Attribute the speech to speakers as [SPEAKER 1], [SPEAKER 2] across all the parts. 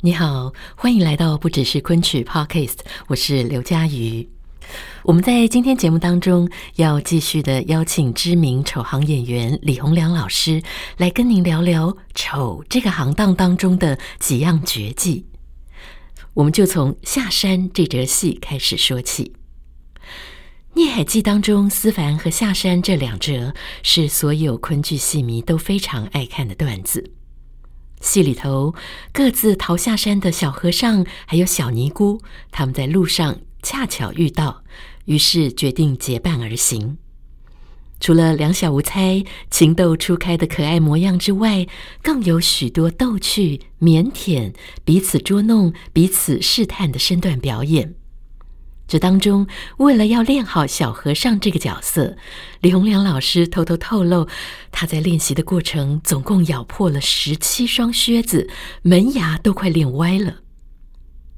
[SPEAKER 1] 你好，欢迎来到不只是昆曲 Podcast，我是刘佳瑜。我们在今天节目当中要继续的邀请知名丑行演员李洪良老师来跟您聊聊丑这个行当当中的几样绝技。我们就从下山这折戏开始说起。《孽海记》当中，思凡和下山这两折是所有昆剧戏迷都非常爱看的段子。戏里头各自逃下山的小和尚还有小尼姑，他们在路上恰巧遇到，于是决定结伴而行。除了两小无猜、情窦初开的可爱模样之外，更有许多逗趣、腼腆、彼此捉弄、彼此试探的身段表演。这当中，为了要练好小和尚这个角色，李洪良老师偷偷透露，他在练习的过程总共咬破了十七双靴子，门牙都快练歪了。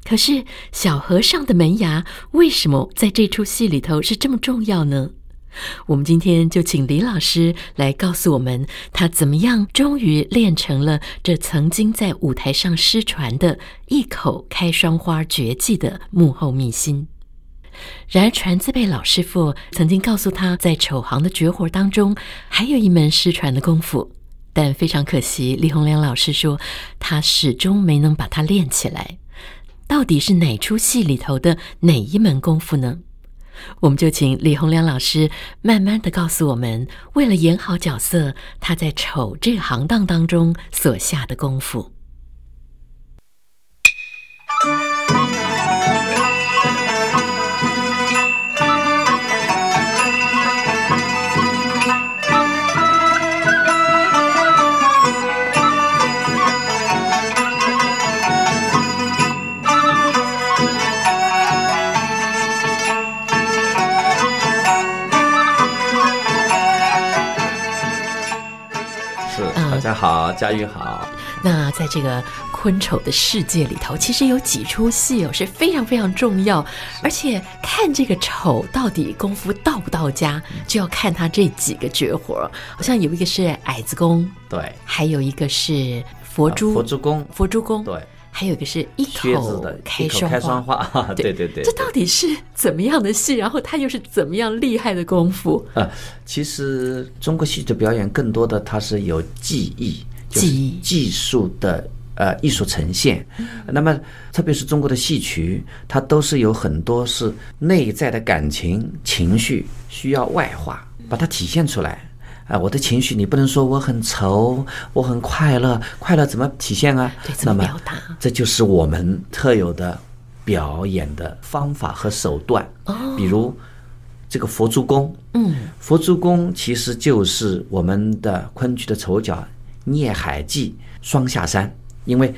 [SPEAKER 1] 可是，小和尚的门牙为什么在这出戏里头是这么重要呢？我们今天就请李老师来告诉我们，他怎么样终于练成了这曾经在舞台上失传的一口开双花绝技的幕后秘辛。然而，传字辈老师傅曾经告诉他，在丑行的绝活当中，还有一门失传的功夫，但非常可惜，李洪良老师说他始终没能把它练起来。到底是哪出戏里头的哪一门功夫呢？我们就请李洪良老师慢慢的告诉我们，为了演好角色，他在丑这个行当当中所下的功夫。
[SPEAKER 2] 是，
[SPEAKER 1] 嗯
[SPEAKER 2] 大家好，佳玉好。
[SPEAKER 1] 那在这个昆丑的世界里头，其实有几出戏哦是非常非常重要，而且看这个丑到底功夫到不到家，就要看他这几个绝活儿。好像有一个是矮子功，
[SPEAKER 2] 对，
[SPEAKER 1] 还有一个是佛珠，
[SPEAKER 2] 佛珠功，
[SPEAKER 1] 佛珠功，
[SPEAKER 2] 对，
[SPEAKER 1] 还有一个是一
[SPEAKER 2] 靴子
[SPEAKER 1] 口
[SPEAKER 2] 的
[SPEAKER 1] 开
[SPEAKER 2] 一口
[SPEAKER 1] 花
[SPEAKER 2] 开双。花， 对对对
[SPEAKER 1] 这。到底是怎么样的戏？然后他又是怎么样厉害的功夫？
[SPEAKER 2] 呃，其实中国戏剧表演更多的它是有技艺，就是
[SPEAKER 1] 技艺嗯
[SPEAKER 2] 技术的呃艺术呈现。那么特别是中国的戏曲，它都是有很多是内在的感情情绪需要外化，
[SPEAKER 1] 嗯
[SPEAKER 2] 把它体现出来。啊，我的情绪你不能说我很愁，我很快乐，快乐怎么体现啊？
[SPEAKER 1] 对怎
[SPEAKER 2] 那
[SPEAKER 1] 么
[SPEAKER 2] 么
[SPEAKER 1] 表达
[SPEAKER 2] 这就是我们特有的表演的方法和手段。
[SPEAKER 1] 哦
[SPEAKER 2] 比如这个佛珠功，嗯，佛珠功其实就是我们的昆曲的丑角《孽海记》双下山，因为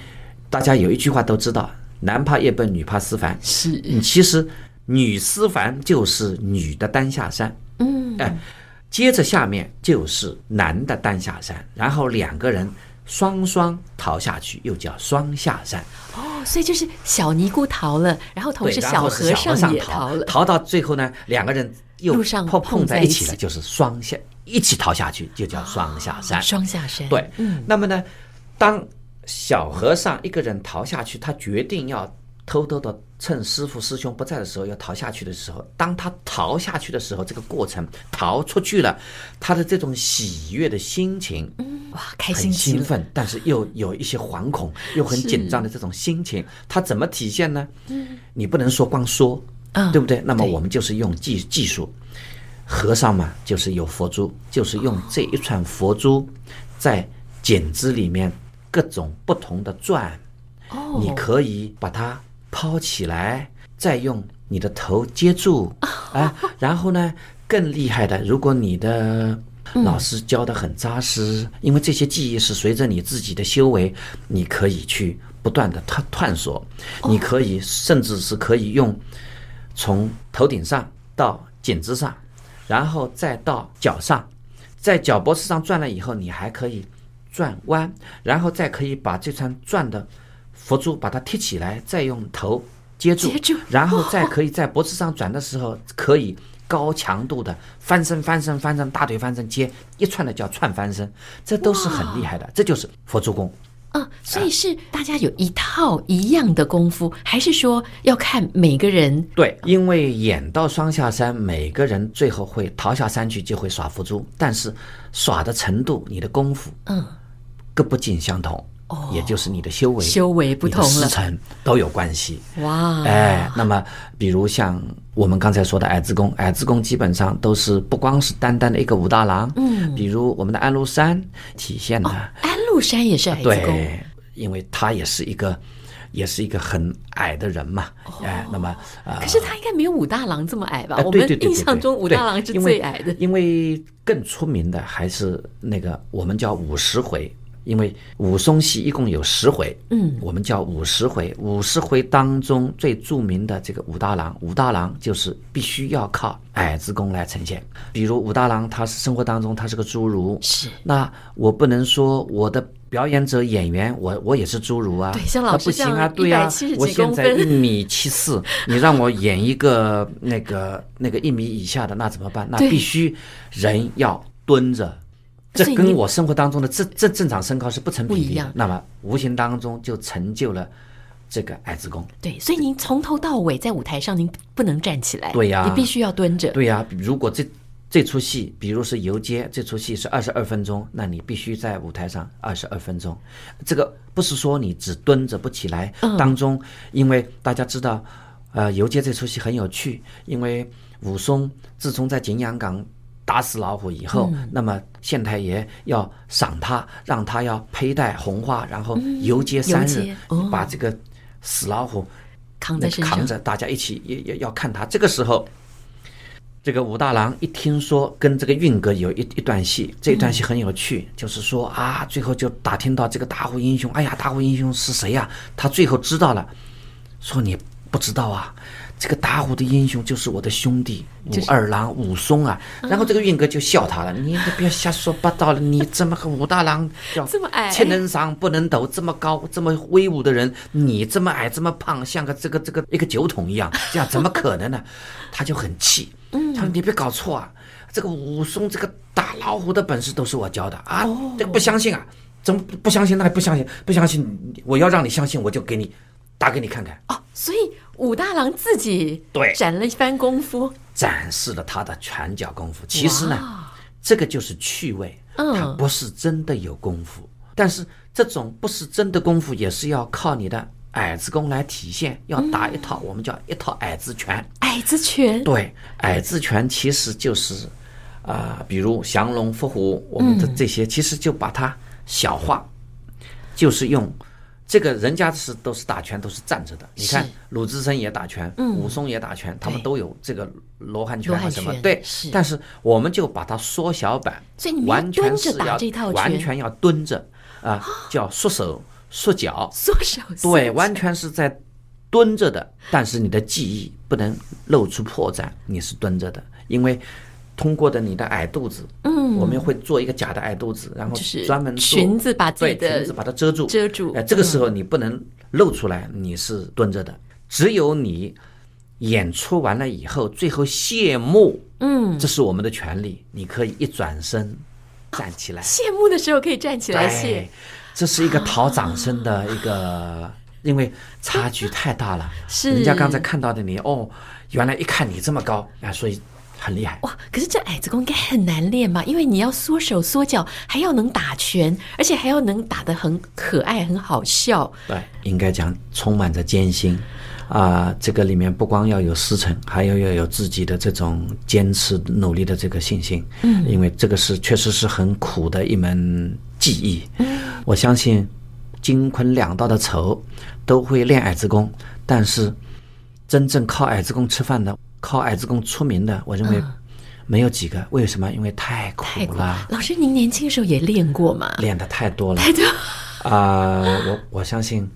[SPEAKER 2] 大家有一句话都知道，男怕夜奔，女怕思凡。
[SPEAKER 1] 是
[SPEAKER 2] 嗯，其实女思凡就是女的单下山。嗯，哎，接着下面就是男的单下山，然后两个人双双逃下去，又叫双下山。
[SPEAKER 1] 哦，所以就是小尼姑逃了，然后同
[SPEAKER 2] 对，
[SPEAKER 1] 时
[SPEAKER 2] 然后哦是
[SPEAKER 1] 和
[SPEAKER 2] 小和尚
[SPEAKER 1] 也
[SPEAKER 2] 逃
[SPEAKER 1] 了，
[SPEAKER 2] 逃到最后呢，两个人又
[SPEAKER 1] 路上
[SPEAKER 2] 碰
[SPEAKER 1] 碰
[SPEAKER 2] 碰在
[SPEAKER 1] 在
[SPEAKER 2] 一
[SPEAKER 1] 一
[SPEAKER 2] 起了，
[SPEAKER 1] 起
[SPEAKER 2] 就是双下一起逃下去，就叫双下山。
[SPEAKER 1] 双下山。
[SPEAKER 2] 对，那么呢，当小和尚一个人逃下去，他决定要偷偷的趁师傅师兄不在的时候要逃下去的时候，当他逃下去的时候，这个过程逃出去了，他的这种喜悦的心情，
[SPEAKER 1] 哇，开心
[SPEAKER 2] 很
[SPEAKER 1] 极
[SPEAKER 2] 兴
[SPEAKER 1] 了。
[SPEAKER 2] 奋，但是又有一些惶恐，又很紧张的这种心情，它怎么体现呢？你不能说光说，
[SPEAKER 1] 嗯
[SPEAKER 2] 对不对？那么
[SPEAKER 1] 对
[SPEAKER 2] 我们就是用技技术，和尚嘛，就是有佛珠，就是用这一串佛珠，在剪枝里面各种不同的转，
[SPEAKER 1] 哦
[SPEAKER 2] 你可以把它抛起来，再用你的头接住，啊，然后呢，更厉害的，如果你的老师教的很扎实，因为这些技艺是随着你自己的修为，你可以去不断的探探索，你可以甚至是可以用从头顶上到颈子上，然后再到脚上，在脚脖子上转了以后，你还可以转弯，然后再可以把这串转的佛珠把它贴起来，再用头接住
[SPEAKER 1] 接住，
[SPEAKER 2] 然后再可以在脖子上转的时候，可以高强度的翻身、翻身、翻身，大腿翻身接一串的叫串翻身，这都是很厉害的，这就是佛珠功。
[SPEAKER 1] 啊，所以是大家有一套一样的功夫，还是说要看每个人？
[SPEAKER 2] 对，因为演到双下山，每个人最后会逃下山去，就会耍佛珠，但是耍的程度、你的功夫
[SPEAKER 1] 嗯，哦
[SPEAKER 2] 各不尽相同，也就是你的修为、
[SPEAKER 1] 修为不
[SPEAKER 2] 你的
[SPEAKER 1] 同
[SPEAKER 2] 师
[SPEAKER 1] 了嗯
[SPEAKER 2] 承都有关系。
[SPEAKER 1] 哇，
[SPEAKER 2] 哎，那么比如像我们刚才说的矮子功，矮子功基本上都是不光是单单的一个武大郎，嗯，比如我们的安禄山体现的，
[SPEAKER 1] 安禄山也是哦矮子功，
[SPEAKER 2] 啊对，因为他也是一个，也是一个很矮的人嘛，
[SPEAKER 1] 哦
[SPEAKER 2] 哎，那么啊。
[SPEAKER 1] 可是他应该没有武大郎这么矮吧？
[SPEAKER 2] 呃
[SPEAKER 1] 我
[SPEAKER 2] 对
[SPEAKER 1] 们
[SPEAKER 2] 对对
[SPEAKER 1] 印
[SPEAKER 2] 对
[SPEAKER 1] 象
[SPEAKER 2] 对
[SPEAKER 1] 中武
[SPEAKER 2] 对
[SPEAKER 1] 大郎是
[SPEAKER 2] 因为
[SPEAKER 1] 最矮的。
[SPEAKER 2] 因为更出名的还是那个我们叫五十回，因为武松戏一共有十回，
[SPEAKER 1] 嗯，
[SPEAKER 2] 我们叫五十回。五十回当中最著名的这个武大郎，武大郎就是必须要靠矮子功来呈现。比如武大郎，他是生活当中他是个侏儒，
[SPEAKER 1] 是
[SPEAKER 2] 那我不能说我的表演者、演员，我我也是侏儒啊，
[SPEAKER 1] 对像
[SPEAKER 2] 那
[SPEAKER 1] 老
[SPEAKER 2] 不
[SPEAKER 1] 师这
[SPEAKER 2] 行
[SPEAKER 1] 样
[SPEAKER 2] 啊，对啊
[SPEAKER 1] 170，
[SPEAKER 2] 我
[SPEAKER 1] 几
[SPEAKER 2] 现
[SPEAKER 1] 公
[SPEAKER 2] 在一
[SPEAKER 1] 分
[SPEAKER 2] 米七四，你让我演一个那个那个一米以下的，那怎么办？那
[SPEAKER 1] 对
[SPEAKER 2] 必须人要蹲着。这
[SPEAKER 1] 所以你
[SPEAKER 2] 跟我生活当中的正正正常身高是不成比
[SPEAKER 1] 不一
[SPEAKER 2] 例
[SPEAKER 1] 样
[SPEAKER 2] 的，那么无形当中就成就了这个矮子功。
[SPEAKER 1] 对，所以您从头到尾在舞台上，您不能站起来，
[SPEAKER 2] 对呀
[SPEAKER 1] 你必须要蹲着。
[SPEAKER 2] 对呀、如果这这出戏，比如是游街，这出戏是二十二分钟，那你必须在舞台上二十二分钟。这个不是说你只蹲着不起来，
[SPEAKER 1] 嗯
[SPEAKER 2] 当中因为大家知道，呃，游街这出戏很有趣，因为武松自从在景阳冈。打死老虎以后，
[SPEAKER 1] 嗯
[SPEAKER 2] 那么县太爷要赏他，让他要佩戴红花，然后游街
[SPEAKER 1] 嗯
[SPEAKER 2] 三
[SPEAKER 1] 游
[SPEAKER 2] 日
[SPEAKER 1] 街，哦
[SPEAKER 2] 把这个死老虎
[SPEAKER 1] 扛在
[SPEAKER 2] 那
[SPEAKER 1] 身上，
[SPEAKER 2] 扛着，大家一起也也要看他。这个时候，这个武大郎一听说跟这个运哥有一一段戏，这段戏很有
[SPEAKER 1] 嗯
[SPEAKER 2] 趣，就是说啊，最后就打听到这个大户英雄，哎呀，大户英雄是谁呀、他最后知道了，说你不知道啊，这个打虎的英雄就是我的兄弟武二郎武松啊。
[SPEAKER 1] 嗯
[SPEAKER 2] 然后这个运哥就笑他了，你你不要瞎说八道了，你这么个武大郎叫
[SPEAKER 1] 这么矮
[SPEAKER 2] 千人伤不能抖，这么高这么威武的人，你这么矮这么胖，像个这个这个一个酒桶一样，这样怎么可 能呢？他就很气，
[SPEAKER 1] 嗯
[SPEAKER 2] 他说你别搞错啊，这个武松这个打老虎的本事都是我教的啊，
[SPEAKER 1] 哦
[SPEAKER 2] 这个不相信啊。怎么不不相信？那还不相信？不相信？我要让你相信，我就给你打给你看看。
[SPEAKER 1] 哦，所以武大郎自己
[SPEAKER 2] 对
[SPEAKER 1] 展了一番功夫，
[SPEAKER 2] 展示了他的拳脚功夫。其实呢，这个就是趣味，
[SPEAKER 1] 嗯
[SPEAKER 2] 他不是真的有功夫，但是这种不是真的功夫也是要靠你的矮子功来体现，要打一套、我们叫一套矮子拳。
[SPEAKER 1] 矮子拳
[SPEAKER 2] 对，矮子拳其实就是啊、比如降龙伏虎，我们
[SPEAKER 1] 嗯
[SPEAKER 2] 的这些、其实就把它小化，就是用。这个人家是都是打拳，都是站着的。你看
[SPEAKER 1] 是，嗯
[SPEAKER 2] 鲁智深也打拳，武松也打拳，他们
[SPEAKER 1] 对
[SPEAKER 2] 都有这个罗汉
[SPEAKER 1] 罗
[SPEAKER 2] 拳啊
[SPEAKER 1] 汉
[SPEAKER 2] 和什么
[SPEAKER 1] 拳？
[SPEAKER 2] 对
[SPEAKER 1] 是，
[SPEAKER 2] 但是我们就把它缩小版，
[SPEAKER 1] 所以你们要
[SPEAKER 2] 完全
[SPEAKER 1] 蹲着
[SPEAKER 2] 是
[SPEAKER 1] 打
[SPEAKER 2] 要
[SPEAKER 1] 这套
[SPEAKER 2] 完
[SPEAKER 1] 拳
[SPEAKER 2] 全要蹲着啊、叫缩手缩脚，
[SPEAKER 1] 缩手缩
[SPEAKER 2] 对，完全是在蹲着的，但是你的记忆不能露出破绽，你是蹲着的，因为通过的你的矮肚子，嗯，我们会做一个假的矮肚子，然后
[SPEAKER 1] 就是
[SPEAKER 2] 专门做
[SPEAKER 1] 裙子把自己
[SPEAKER 2] 对
[SPEAKER 1] 的
[SPEAKER 2] 裙子把它遮住，
[SPEAKER 1] 遮住嗯
[SPEAKER 2] 哎、这个时候你不能露出来，你是蹲着的，只有你演出完了以后，最后谢幕，嗯，这是我们的权利，你可以一转身站起来。
[SPEAKER 1] 谢幕的时候可以站起来谢
[SPEAKER 2] 对，，这是一个讨掌声的一个，因为差距太大了。
[SPEAKER 1] 是
[SPEAKER 2] 人家刚才看到的你，哦，原来一看你这么高啊，所以很厉害。
[SPEAKER 1] 哇！可是这矮子功应该很难练吧？因为你要缩手缩脚，还要能打拳，而且还要能打得很可爱、很好笑。
[SPEAKER 2] 对，应该讲充满着艰辛啊、这个里面不光要有师承，还要要有自己的这种坚持努力的这个信心。嗯，因为这个是确实是很苦的一门技艺。嗯，我相信金昆两道的仇都会练矮子功，但是真正靠矮子功吃饭的、靠矮子功出名的，我认为没有几个。为什么？因为嗯太苦
[SPEAKER 1] 太苦
[SPEAKER 2] 了，
[SPEAKER 1] 老师，您年轻的时候也练过吗？
[SPEAKER 2] 练的太多了。
[SPEAKER 1] 太多，
[SPEAKER 2] 啊、我我相信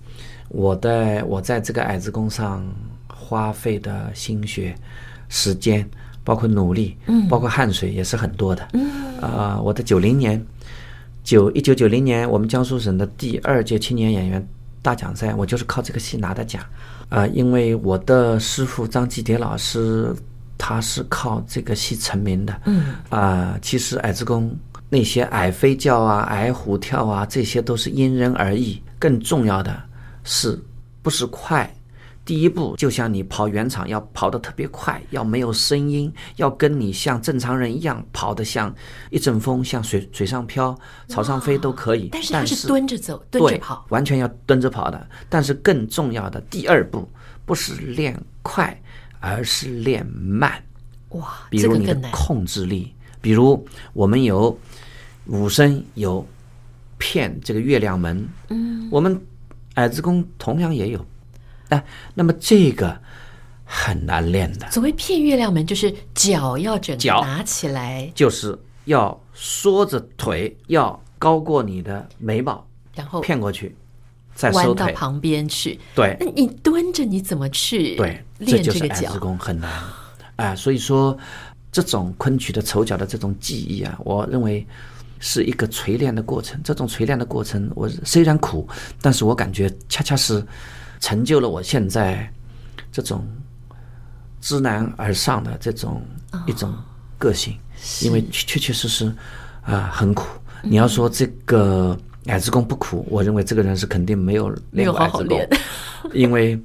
[SPEAKER 2] 我在我在这个矮子宫上花费的心血、时间，包括努力，嗯，包括汗水也是很多的。嗯，啊、我的九零年，九一九九零年，我们江苏省的第二届青年演员大奖赛，我就是靠这个戏拿的奖。啊、因为我的师傅张继蝶老师，他是靠这个戏成名的。嗯，啊、其实矮子宫那些矮飞叫啊、矮虎跳啊，这些都是因人而异。更重要的是，不是快。第一步，就像你跑圆场要跑得特别快，要没有声音，要跟你像正常人一样跑得像一阵风，像水水上漂、草上飞都可以。
[SPEAKER 1] 哦但是他是蹲着走，蹲着
[SPEAKER 2] 对
[SPEAKER 1] 跑，
[SPEAKER 2] 完全要蹲着跑的。但是更重要的第二步，不是练快，而是练慢。
[SPEAKER 1] 哇，
[SPEAKER 2] 比
[SPEAKER 1] 这
[SPEAKER 2] 如
[SPEAKER 1] 个
[SPEAKER 2] 你的
[SPEAKER 1] 更难。
[SPEAKER 2] 控制力，比如我们有武生有骗这个月亮门，嗯，我们矮子功同样也有，那那么这个很难练的，
[SPEAKER 1] 所谓骗月亮门，就是脚要整个
[SPEAKER 2] 脚
[SPEAKER 1] 拿起来，
[SPEAKER 2] 就是要缩着腿，要高过你的眉毛，
[SPEAKER 1] 然后
[SPEAKER 2] 骗过去，再
[SPEAKER 1] 哦
[SPEAKER 2] 收
[SPEAKER 1] 弯到
[SPEAKER 2] 腿，
[SPEAKER 1] 旁边去。
[SPEAKER 2] 对
[SPEAKER 1] 那你蹲着，你怎么去
[SPEAKER 2] 对，这
[SPEAKER 1] 练
[SPEAKER 2] 就
[SPEAKER 1] 这
[SPEAKER 2] 是
[SPEAKER 1] 个
[SPEAKER 2] 矮
[SPEAKER 1] 脚
[SPEAKER 2] 子？功很难，啊、所以说这种昆曲的丑角的这种技艺啊，我认为是一个锤炼的过程。这种锤炼的过程，我虽然苦，但是我感觉恰恰是成就了我现在这种知难而上的这种一种个性，因为确确确实实啊、很苦。你要说这
[SPEAKER 1] 嗯
[SPEAKER 2] 个矮子功不苦，我认为这个人是肯定没有
[SPEAKER 1] 没
[SPEAKER 2] 练
[SPEAKER 1] 有
[SPEAKER 2] 过
[SPEAKER 1] 好
[SPEAKER 2] 矮
[SPEAKER 1] 好
[SPEAKER 2] 子功
[SPEAKER 1] 练，
[SPEAKER 2] 因为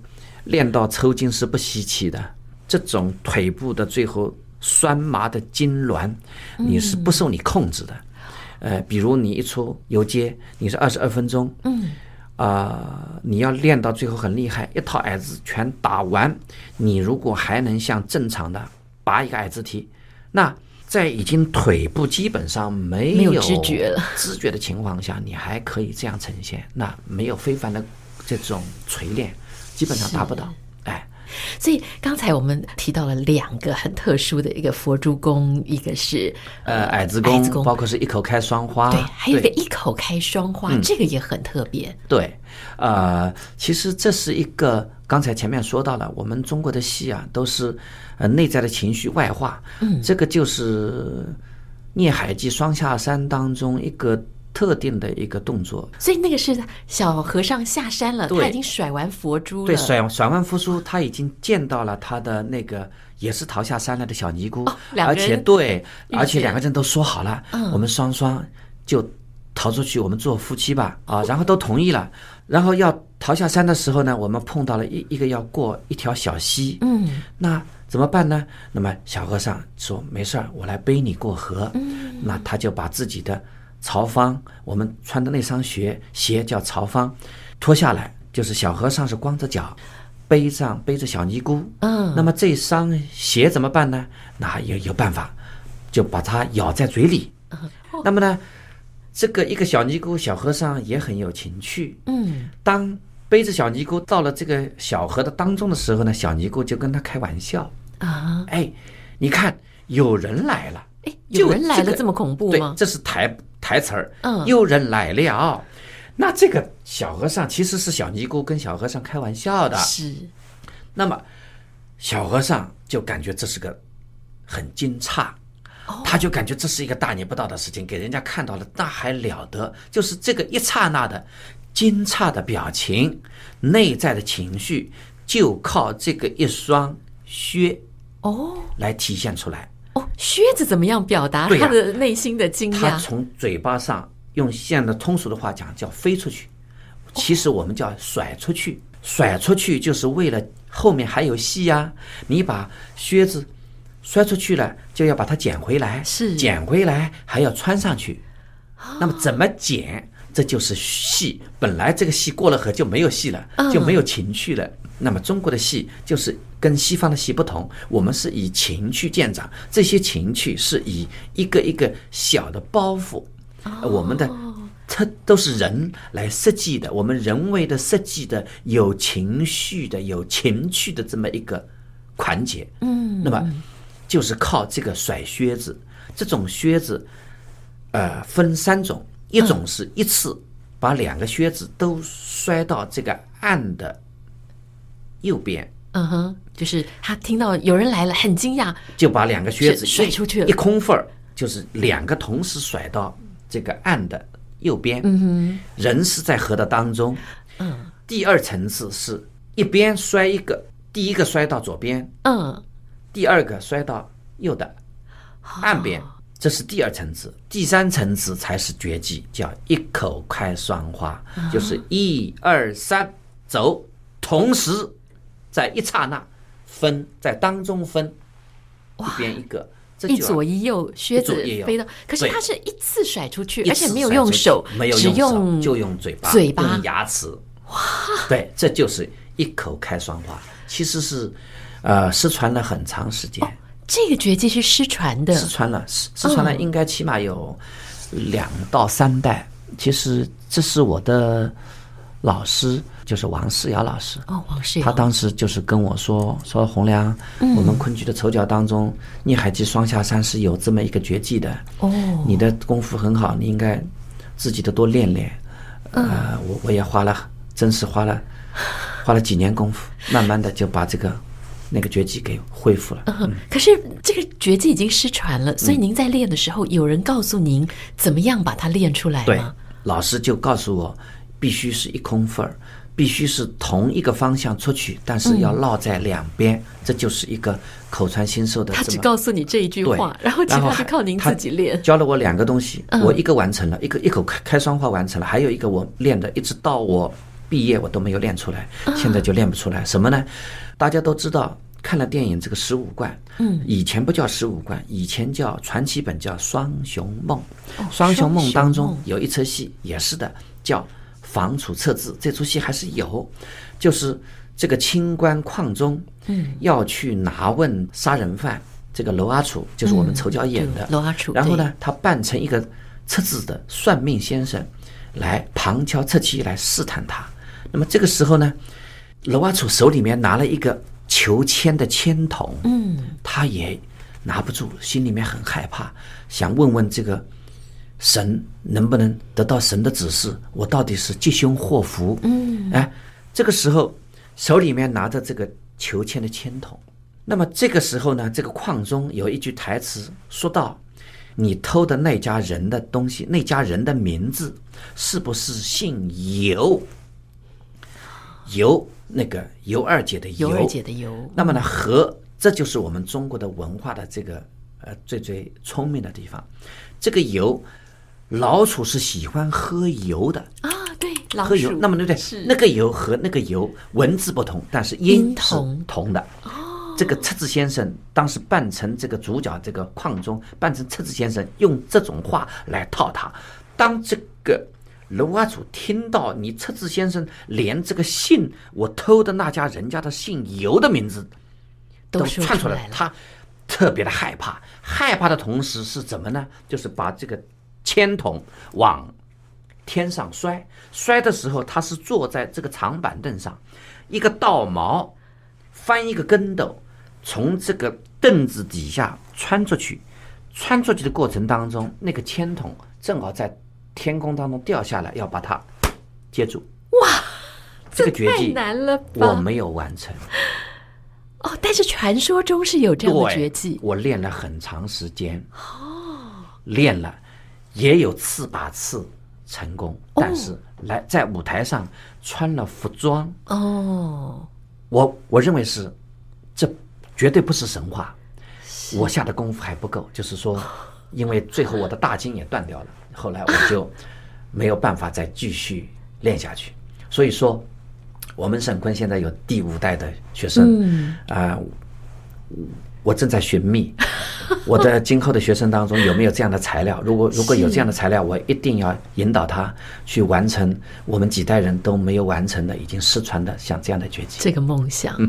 [SPEAKER 2] 练到抽筋是不稀奇的。这种腿部的最后酸麻的痉挛，你是不受你控制的。
[SPEAKER 1] 嗯
[SPEAKER 2] 呃，比如你一出游街，你是二十二分钟，嗯，啊、你要练到最后很厉害，一套矮子拳打完，你如果还能像正常的拔一个矮子踢，那在已经腿部基本上没
[SPEAKER 1] 没
[SPEAKER 2] 有
[SPEAKER 1] 有知觉了
[SPEAKER 2] 知觉的情况下，你还可以这样呈现，那没有非凡的这种锤炼，基本上达不到。哎，
[SPEAKER 1] 所以刚才我们提到了两个很特殊的，一个佛珠功，一个是
[SPEAKER 2] 呃，矮子
[SPEAKER 1] 矮
[SPEAKER 2] 功
[SPEAKER 1] 子功
[SPEAKER 2] 包括是一口开双花，
[SPEAKER 1] 对，还有一个一口开双
[SPEAKER 2] 嗯
[SPEAKER 1] 花，这个也很特别。
[SPEAKER 2] 对，呃，其实这是一个刚才前面说到了，我们中国的戏啊，都是呃内在的情绪外化，嗯，这个就是《聂海记·双下山》当中一个特定的一个动作。
[SPEAKER 1] 所以那个是小和尚下山了，
[SPEAKER 2] 对
[SPEAKER 1] 他已经甩完佛珠了，
[SPEAKER 2] 对，甩甩腕复苏，他已经见到了他的那个也是逃下山来的小尼姑，
[SPEAKER 1] 哦两个
[SPEAKER 2] 而且
[SPEAKER 1] 人
[SPEAKER 2] 对，
[SPEAKER 1] 遇
[SPEAKER 2] 而且
[SPEAKER 1] 见
[SPEAKER 2] 两个人都说好了，我们双双就逃出去，我们做夫妻吧，啊，然后都同意了。然后要逃下山的时候呢，我们碰到了一一个要过一条小溪，嗯，那怎么办呢？那么小和尚说没事儿，我来背你过河，嗯，那他就把自己的朝方，我们穿的那双鞋鞋叫朝方，脱下来，就是小和尚是光着脚。背上背着小尼姑，嗯，那么这双鞋怎么办呢？那有有办法，就把它咬在嘴里。
[SPEAKER 1] 嗯哦
[SPEAKER 2] 那么呢，这个一个小尼姑小和尚也很有情趣。嗯，当背着小尼姑到了这个小河的当中的时候呢，小尼姑就跟他开玩笑
[SPEAKER 1] 啊！
[SPEAKER 2] 哎，你看有人来了，
[SPEAKER 1] 哎，
[SPEAKER 2] 就
[SPEAKER 1] 有人来
[SPEAKER 2] 这
[SPEAKER 1] 了
[SPEAKER 2] 个
[SPEAKER 1] 这么恐怖
[SPEAKER 2] 对
[SPEAKER 1] 吗，？
[SPEAKER 2] 这是台台词儿，
[SPEAKER 1] 嗯
[SPEAKER 2] 有人来了。那这个小和尚其实是小尼姑跟小和尚开玩笑的，
[SPEAKER 1] 是
[SPEAKER 2] 那么小和尚就感觉这是个很惊诧，他就感觉这是一个大逆不道的事情，给人家看到了，那还了得？就是这个一刹那的惊诧的表情，内在的情绪，就靠这个一双靴
[SPEAKER 1] 哦
[SPEAKER 2] 来体现出来。
[SPEAKER 1] 哦，靴子怎么样表达
[SPEAKER 2] 对呀
[SPEAKER 1] 他的内心的惊
[SPEAKER 2] 他
[SPEAKER 1] 讶？
[SPEAKER 2] 从嘴巴上用现在的通俗的话讲叫飞出去，其实我们叫甩出去。甩出去就是为了后面还有戏呀、你把靴子摔出去了，就要把它捡回来，
[SPEAKER 1] 是
[SPEAKER 2] 捡回来还要穿上去。那么怎么剪？这就是戏。本来这个戏过了河就没有戏了，就没有情趣了。那么中国的戏就是跟西方的戏不同，我们是以情趣见长，这些情趣是以一个一个小的包袱，呃我们的。它都是人来设计的，我们人为的设计的有情绪的、有情趣的这么一个环节。嗯，那么就是靠这个甩靴子。这种靴子，呃，分三种，一种是一次把两个靴子都摔到这个岸的右边，
[SPEAKER 1] 嗯哼，就是他听到有人来了，很惊讶，
[SPEAKER 2] 就把两个靴子
[SPEAKER 1] 甩
[SPEAKER 2] 一
[SPEAKER 1] 出去了
[SPEAKER 2] 一空缝儿，就是两个同时甩到这个岸的右边。嗯哼，人是在河的当中。嗯，第二层次是一边摔一个，第一个摔到左边，
[SPEAKER 1] 嗯，
[SPEAKER 2] 第二个摔到右的岸边，这是第二层次。第三层次才是绝技，叫一口开双花，就是一二三走，同时在一刹那分在当中分，一边一个，这
[SPEAKER 1] 一
[SPEAKER 2] 就
[SPEAKER 1] 左一右，靴子
[SPEAKER 2] 左一右
[SPEAKER 1] 飞到，可是
[SPEAKER 2] 对
[SPEAKER 1] 他是一次甩出去，
[SPEAKER 2] 一
[SPEAKER 1] 而
[SPEAKER 2] 次
[SPEAKER 1] 且没有
[SPEAKER 2] 甩
[SPEAKER 1] 用
[SPEAKER 2] 出去
[SPEAKER 1] 手，
[SPEAKER 2] 没有
[SPEAKER 1] 只
[SPEAKER 2] 用手
[SPEAKER 1] 用
[SPEAKER 2] 就用嘴巴，
[SPEAKER 1] 嘴巴
[SPEAKER 2] 用牙齿。哇！对，这就是一口开双花，其实是，呃，失传了很长时间。
[SPEAKER 1] 这个绝技是失传的，
[SPEAKER 2] 失传了，失失传了，
[SPEAKER 1] 嗯
[SPEAKER 2] 应该起码有两到三代。其实这是我的老师，就是王世尧老师。
[SPEAKER 1] 哦，王世
[SPEAKER 2] 他
[SPEAKER 1] 尧，
[SPEAKER 2] 当时就是跟我说说洪良，
[SPEAKER 1] 嗯
[SPEAKER 2] 我们昆剧的丑角当中，聂海基双下山是有这么一个绝技的。
[SPEAKER 1] 哦
[SPEAKER 2] 你的功夫很好，你应该自己的多练练。
[SPEAKER 1] 嗯
[SPEAKER 2] 呃，我我也花了，真是花了花了几年功夫，慢慢的就把这个那个绝技给恢复了。
[SPEAKER 1] 嗯 可是这个绝技已经失传
[SPEAKER 2] 嗯
[SPEAKER 1] 了，所以您在练的时候，有人告诉您怎么样把它练出来
[SPEAKER 2] 对
[SPEAKER 1] 吗？，
[SPEAKER 2] 老师就告诉我，必须是一空缝儿，必须是同一个方向出去，但是
[SPEAKER 1] 嗯
[SPEAKER 2] 要绕在两边，这就是一个口传心授的这
[SPEAKER 1] 他
[SPEAKER 2] 么。
[SPEAKER 1] 只告诉你这一句
[SPEAKER 2] 对
[SPEAKER 1] 话，，然后其他就靠您
[SPEAKER 2] 还
[SPEAKER 1] 自己练
[SPEAKER 2] 他。教了我两个东西，我一个完成了，一个一口开开双花完成了，还有一个我练的，一直到我毕业我都没有练出来，现在就练不出来。什么呢？大家都知道。看了电影这个十五贯，嗯，以前不叫十五贯，以前叫传奇本叫《双雄梦》，哦双雄梦》
[SPEAKER 1] 双
[SPEAKER 2] 当
[SPEAKER 1] 雄
[SPEAKER 2] 中
[SPEAKER 1] 梦
[SPEAKER 2] 有一出戏也是的，叫《房楚测字》，这出戏还是有，就是这个清官邝宗，嗯，要去拿问杀人犯这个娄阿楚，就是我们
[SPEAKER 1] 嗯
[SPEAKER 2] 仇家演的
[SPEAKER 1] 对娄阿楚
[SPEAKER 2] 然后呢，他扮成一个测字的算命先生，来旁敲侧击来试探他。那么这个时候呢，娄阿楚手里面拿了一个求签的签筒，嗯，他也拿不住，心里面很害怕，想问问这个神能不能得到神的指示，我到底是吉凶祸福？嗯，哎，这个时候手里面拿着这个求签的签筒，那么这个时候呢，这个矿中有一句台词说到：“你偷的那家人的东西，那家人的名字是不是姓尤？尤那个尤二姐的
[SPEAKER 1] 尤
[SPEAKER 2] 尤，
[SPEAKER 1] 二姐的尤，
[SPEAKER 2] 那么呢，和这就是我们中国的文化的这个呃最最聪明的地方。这个油，老鼠是喜欢喝油的，
[SPEAKER 1] 啊，对，老
[SPEAKER 2] 喝油。
[SPEAKER 1] 鼠，
[SPEAKER 2] 那么对不
[SPEAKER 1] 是
[SPEAKER 2] 对？那个油和那个油文字不同，但是
[SPEAKER 1] 音
[SPEAKER 2] 音是
[SPEAKER 1] 同哦
[SPEAKER 2] 同的。这个赤子先生当时扮成这个主角这个矿中，扮成赤子先生，用这种话来套他。当这个楼阿主听到你赤子先生连这个姓我偷的那家人家的姓尤的名字
[SPEAKER 1] 都说
[SPEAKER 2] 串
[SPEAKER 1] 出
[SPEAKER 2] 出
[SPEAKER 1] 来
[SPEAKER 2] 来，
[SPEAKER 1] 了，
[SPEAKER 2] 他特别的害怕，害怕的同时是怎么呢？就是把这个铅筒往天上摔，摔的时候他是坐在这个长板凳上，一个倒毛翻一个跟斗，从这个凳子底下穿出去，穿出去的过程当中，那个铅筒正好在天空当中掉下来，要把它接住。哇，这个绝
[SPEAKER 1] 太
[SPEAKER 2] 技
[SPEAKER 1] 难了
[SPEAKER 2] 我
[SPEAKER 1] 吧？
[SPEAKER 2] 没有完成。
[SPEAKER 1] 哦，但是传说中是有这样的
[SPEAKER 2] 对
[SPEAKER 1] 绝技，
[SPEAKER 2] 我练了很长时间。哦，练了，也有次把次成功，
[SPEAKER 1] 哦
[SPEAKER 2] 但是来在舞台上穿了服装，
[SPEAKER 1] 哦，
[SPEAKER 2] 我我认为是，这绝对不是神话。我下的功夫还不够，就是说，因为最后我的大筋也断掉了，后来我就没有办法再继续练下去。所以说，我们沈坤现在有第五代的学生，啊、我正在寻觅我的今后的学生当中有没有这样的材料。如果如果有这样的材料，我一定要引导他去完成我们几代人都没有完成的、已经失传的像这样的绝技。
[SPEAKER 1] 这个梦想。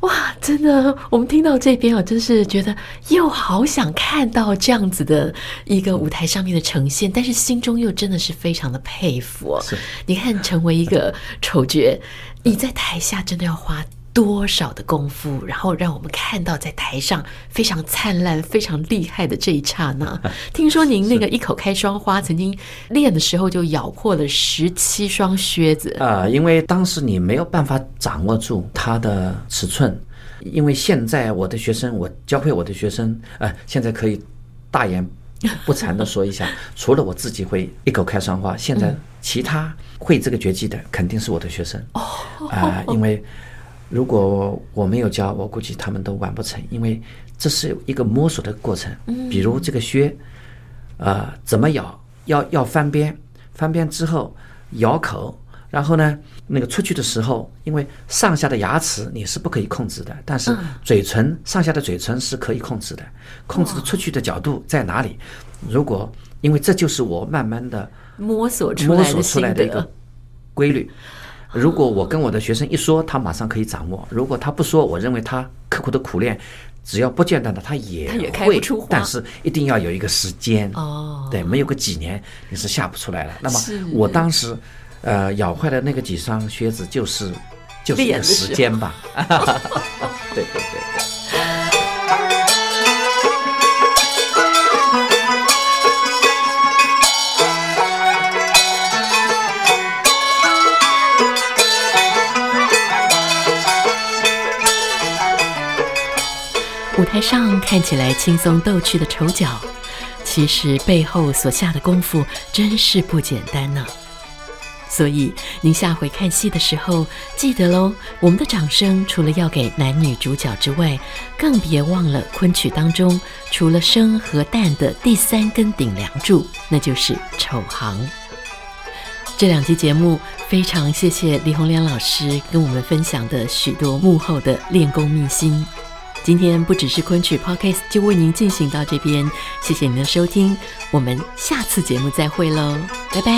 [SPEAKER 1] 哇，真的，我们听到这边啊，真是觉得又好想看到这样子的一个舞台上面的呈现，但是心中又真的是非常的佩服哦。你看，成为一个丑角，你在台下真的要花。多少的功夫，然后让我们看到在台上非常灿烂、非常厉害的这一刹 那。听说您那个一口开双花，曾经练的时候就咬破了十七双靴子。
[SPEAKER 2] 啊、因为当时你没有办法掌握住它的尺寸，因为现在我的学生，我教会我的学生，呃，现在可以大言不惭的说一下，除了我自己会一口开双花，现在其他会这个绝技的肯定是我的学生。哦，啊、因为如果我没有教，我估计他们都完不成，因为这是一个摸索的过程。比如这个靴，呃，怎么咬，要要翻边，翻边之后咬口，然后呢，那个出去的时候，因为上下的牙齿你是不可以控制的，但是嘴唇、上下的嘴唇是可以控制的，控制的出去的角度在哪里？如果因为这就是我慢慢的
[SPEAKER 1] 摸索出
[SPEAKER 2] 摸
[SPEAKER 1] 来
[SPEAKER 2] 索
[SPEAKER 1] 的
[SPEAKER 2] 出
[SPEAKER 1] 心
[SPEAKER 2] 来的一个
[SPEAKER 1] 得，
[SPEAKER 2] 规律。如果我跟我的学生一说，他马上可以掌握；如果他不说，我认为他刻苦的苦练，只要不间断的，他也
[SPEAKER 1] 他也开不
[SPEAKER 2] 会
[SPEAKER 1] 出花
[SPEAKER 2] 但是一定要有一个时间
[SPEAKER 1] 哦
[SPEAKER 2] 对，没有个几年你是下不出来了。那么
[SPEAKER 1] 是
[SPEAKER 2] 我当时，呃，咬坏的那个几双靴子就是就是一
[SPEAKER 1] 练
[SPEAKER 2] 个
[SPEAKER 1] 的时候
[SPEAKER 2] 时间吧。 对对对。
[SPEAKER 1] 舞台上看起来轻松逗趣的丑角，其实背后所下的功夫真是不简单呢、所以您下回看戏的时候，记得喽，我们的掌声除了要给男女主角之外，更别忘了昆曲当中除了生和旦的第三根顶梁柱，那就是丑行。这两期节目非常谢谢李洪良老师跟我们分享的许多幕后的练功秘辛。今天不只是昆曲 Podcast 就为您进行到这边，谢谢您的收听，我们下次节目再会喽，拜拜。